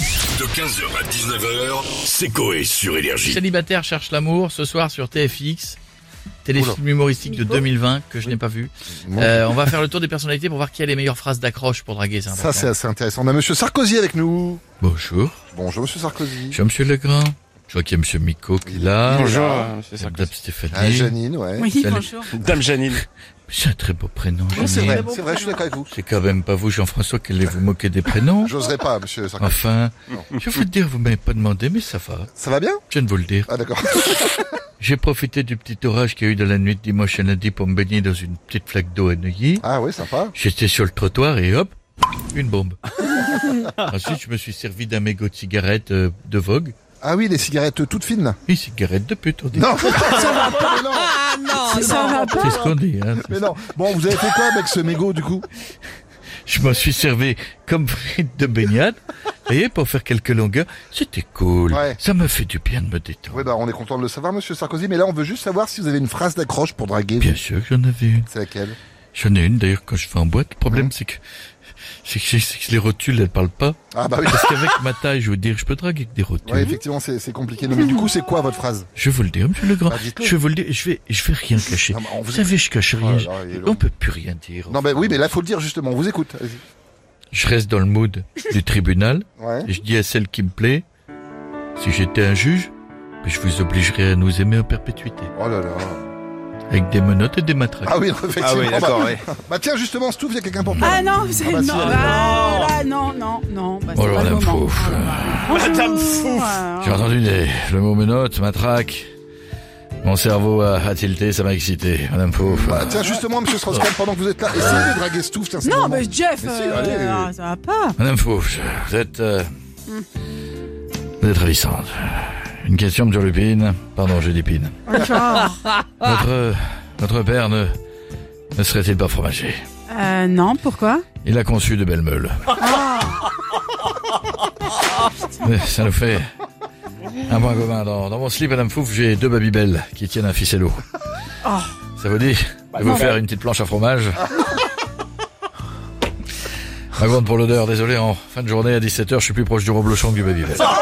De 15h à 19h, c'est Coé sur Énergie. Célibataire cherche l'amour ce soir sur TFX. Téléfilm humoristique de 2020 que je n'ai pas vu. Euh, on va faire le tour des personnalités pour voir qui a les meilleures phrases d'accroche pour draguer. Ça, c'est assez intéressant. On a Monsieur Sarkozy avec nous. Bonjour, Bonjour, Monsieur Sarkozy. je suis Monsieur Legrand. Je vois qu'il y a Monsieur Miko qui est là. Bonjour, c'est Madame Ah, Stéphanie. Janine, ouais. Oui, Salut. bonjour. Dame Janine. c'est un très beau prénom. Non, c'est Janine. vrai, c'est vrai, je suis d'accord avec vous. C'est quand même pas vous, Jean-François, qui allez vous moquer des prénoms. J'oserais pas, Monsieur Sarkozy. Enfin, je veux dire, vous m'avez pas demandé, mais ça va. Ça va bien Je viens de vous le dire. Ah, d'accord. J'ai profité du petit orage qu'il y a eu dans la nuit de dimanche à lundi pour me baigner dans une petite flaque d'eau à Neuilly. Ah, oui, sympa. J'étais sur le trottoir et hop, une bombe. Ensuite, je me suis servi d'un mégot de cigarette euh, de Vogue. Ah oui, les cigarettes toutes fines. Une cigarette de pute, on dit. Non, ça va pas. Mais non, Ça va pas. C'est ce qu'on dit. Hein. mais non. Bon, vous avez fait quoi avec ce mégot, du coup Je m'en suis servi comme frite de baignade. Vous voyez, pour faire quelques longueurs. C'était cool. Ouais. Ça m'a fait du bien de me détendre. Oui, bah, on est content de le savoir, Monsieur Sarkozy. Mais là, on veut juste savoir si vous avez une phrase d'accroche pour draguer. Bien sûr que j'en avais une. C'est laquelle J'en ai une d'ailleurs quand je vais en boîte. Le problème, Hein c'est que c'est que, c'est que les rotules, elles parlent pas. Ah, bah oui. Parce qu'avec ma taille, je veux dire, je peux draguer avec des rotules. Ouais, effectivement, c'est c'est compliqué. Non, mais du coup, c'est quoi votre phrase Je vais vous le dire, monsieur Legrand. Bah, dites-le. je vais vous le dire, je vais, je vais rien cacher. Non, mais on vous vous- savez, je cache rien. Oh là là, il est on long. peut plus rien dire. Non, bah oui, mais là, faut le dire justement. On vous écoute. Allez-y. Je reste dans le mood du tribunal Ouais. et je dis à celle qui me plaît, si j'étais un juge, ben, je vous obligerais à nous aimer en perpétuité. Oh là là. Avec des menottes et des matraques. Ah oui, non, effectivement. Ah oui, d'accord, bah, ouais. bah tiens, justement, Stouff, il y a quelqu'un pour toi. Ah non, c'est Ah bah si, non, elle est ah, là, non, non, non, bah, c'est Oh là pas là, le moment. bah, fouf. Madame Fouf. Ah, J'ai entendu des- le mot menottes, matraque. Mon cerveau a, a tilté, ça m'a excité. Madame Pouf. Bah tiens, justement, Monsieur strauss pendant que vous êtes là, essayez de draguer Stouff. Tiens, c'est le Non, moment. mais Jeff, Mais si, euh, allez. ah, ça va pas. Madame Fauche, vous êtes... euh, Vous êtes ravissante. Une question, monsieur Lupine. Pardon, j'ai dit Pine. Genre, Votre, votre euh, père ne, ne serait-il pas fromager euh, non, pourquoi Il a conçu de belles meules. Mais Ça nous fait un point commun. Dans, dans mon slip, Madame Fouf, j'ai deux babybelles qui tiennent un ficello. Oh. Ça vous dit de vous faire une petite planche à fromage Ma grande pour l'odeur, désolé, en fin de journée à 17h, je suis plus proche du reblochon que du babybel. Ah,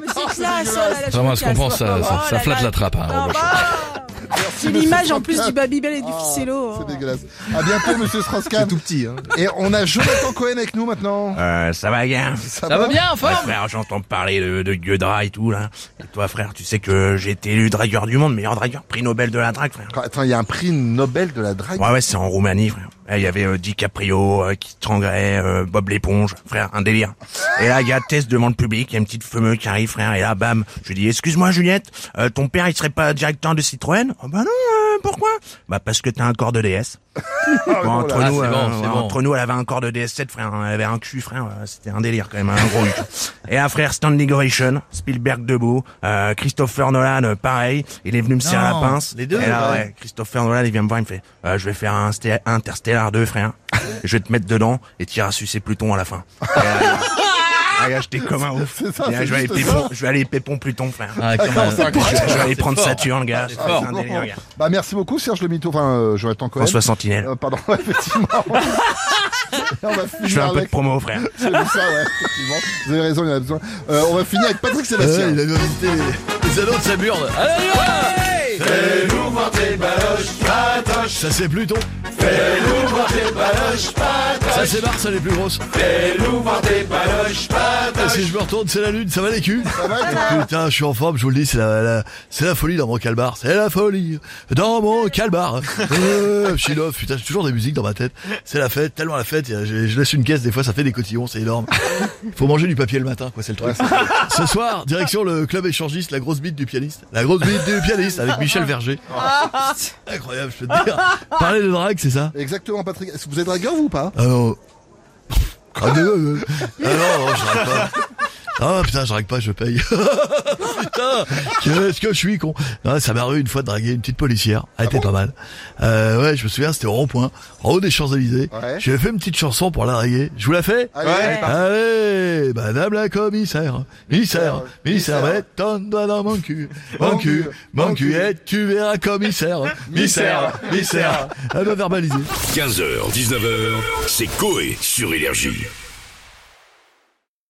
mais c'est classe, oh là là, je Vraiment, me est-ce qu'on casse. pense ça, ça, Oh ça là flatte là. la trappe. hein, Ah, reblochon. bah, C'est l'image en plus du hein. Babybel et du Ficello. oh. C'est dégueulasse. À bientôt, Monsieur strauss tout petit. hein. Et on a Jonathan Cohen avec nous maintenant. Euh, ça va, gars Ça va bien, en Ouais, forme frère, j'entends parler de, de Gueudra et tout, là. Et toi, frère, tu sais que j'ai été élu dragueur du monde, meilleur dragueur, prix Nobel de la drague, frère. Attends, il y a un prix Nobel de la drague. Ouais, ouais, c'est en Roumanie, frère. Là, Il y avait euh, DiCaprio, euh, Keith Trangray, euh, Bob l'éponge, frère, un délire. Et là, il y a Tess devant le public, il y a une petite fameuse qui arrive, frère, et là, bam, je lui dis, excuse-moi, Juliette, euh, ton père, il serait pas directeur de Citroën Oh, bah non, euh, pourquoi Bah parce que t'as un corps de DS. Bon, entre, là. nous, Ah, c'est euh, bon, c'est ouais, bon. entre nous, elle avait un corps de DS7, frère. hein, Elle avait un cul, frère. euh, C'était un délire quand même, un gros cul. Et un frère Stanley Goration, Spielberg debout, euh, Christopher Nolan, euh, pareil. Il est venu me serrer la Non, pince. les deux, Et là, ouais. ouais, Christopher Nolan, il vient me voir, il me fait, euh, je vais faire un sté- Interstellar 2, frère. Je vais te mettre dedans et tu iras sucer Pluton à la fin. Et là, il- Ah, gars, j'étais comme un ouf. C'est ça, Et là, c'est je, vais aller juste pépon, je vais aller pépon Pluton, frère. Ah, quand même. je, je vais aller prendre fort. Saturne, gars. C'est fort. un délire, gars. Bah merci beaucoup, Serge Le Mito. Enfin, euh, Jonathan Cohen. François Sentinelle. Euh, pardon, ouais, effectivement. on va Je fais finir un peu de avec. promo, frère. C'est ça, ouais, effectivement. Vous avez raison, il y en a besoin. Euh, on va finir avec Patrick Eh, Sébastien. Les Ah. anneaux de sa burde. Allez, on y va Ça c'est Pluton. Ça c'est Mars, elle est plus grosse. Et si je me retourne, c'est la lune, Ah ça va les culs Putain, je suis en forme, je vous le dis, c'est la, la- c'est la folie dans mon calbar, c'est la folie dans mon calbar. Euh, She Love, putain, j'ai toujours des musiques dans ma tête. C'est la fête, tellement la fête, je, je laisse une caisse, des fois ça fait des cotillons, c'est énorme. Faut manger du papier le matin, quoi, c'est le truc. Ce soir, direction le club échangiste, la grosse bite du pianiste. La grosse bite du pianiste avec Michel Verger. Incroyable, je peux te dire. Parler de drague, c'est ça Exactement, Patrick. Est-ce que vous êtes dragueur vous ou pas Ah non. Ah non, non, non. Ah non, non, je drague pas. Ah putain, je drague pas, je paye. putain, qu'est-ce que je suis con. Ah, ça m'est arrivé une fois de draguer une petite policière. Elle était pas mal. Euh, ouais, je me souviens, c'était au rond-point, en haut des Champs-Élysées. Ouais. J'avais fait une petite chanson pour la draguer. Je vous la fais Allez, Ouais. allez, Allez, madame la commissaire, commissaire, commissaire, commissaire. mets ton doigt dans mon cul, mon cul, mon cul, et tu verras commissaire, commissaire, commissaire, elle m'a verbalisé. 15h, 19h, c'est Coé sur Énergie.